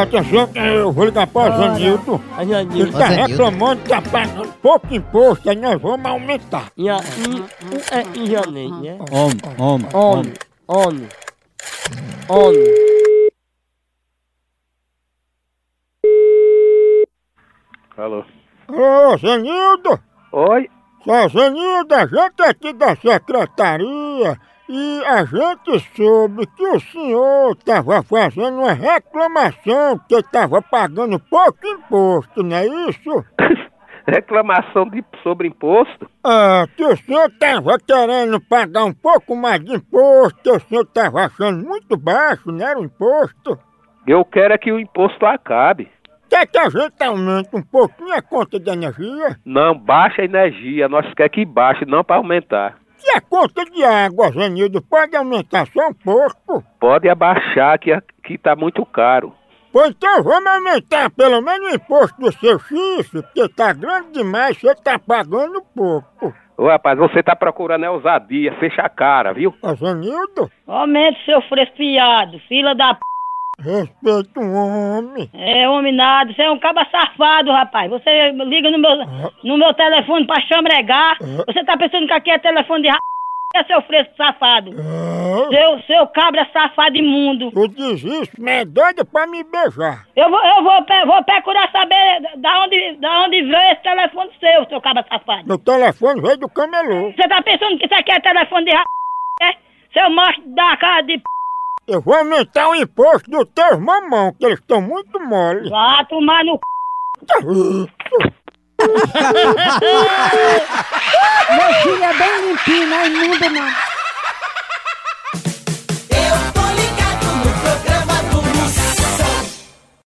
atenção, eu vou ligar para o Zanilton. A Ele Janilton. tá Zanilton. reclamando que tá pagando pouco imposto, aí nós vamos aumentar. E a I, U é I janeiro, né? Homem, homem, Ono, ono, ono. Alô. Ô, Zenildo! Oi? Seu Zenildo, a gente é aqui da secretaria e a gente soube que o senhor estava fazendo uma reclamação que estava pagando pouco imposto, não é isso? Reclamação de, sobre imposto? É, que o senhor estava querendo pagar um pouco mais de imposto, que o senhor estava achando muito baixo, não era o imposto? Eu quero é que o imposto acabe. Quer É que a gente aumente um pouquinho a conta de energia? Não, baixa a energia. Nós quer que baixe, não para aumentar. E a conta de água, Zenildo, pode aumentar só um pouco? Pode abaixar, que, a- que tá muito caro. Pois então vamos aumentar pelo menos o imposto do seu chifre, porque tá grande demais, você tá pagando pouco. Ô, rapaz, você tá procurando é ousadia, fecha a cara, viu? Ô, Zenildo, Aumente seu fresfiado, fila da p. respeita um homem. É homem nada, você é um caba safado, rapaz. Você liga no meu, no meu telefone pra chambregar. Você tá pensando que aqui é telefone de ra... É seu fresco safado. Ah, Seu, seu cabra safado imundo. tu diz isso, mas é doido pra me beijar. Eu vou, eu vou, pe- vou procurar saber da onde, da onde veio esse telefone seu, seu cabra safado. Meu telefone veio do camelô. Você tá pensando que isso aqui é telefone de ra... É? Seu macho da cara de p. Eu vou aumentar o imposto dos teus mamão, que eles estão muito mole. Vá tomar no c. Meu filho é bem limpinho, não é imundo não.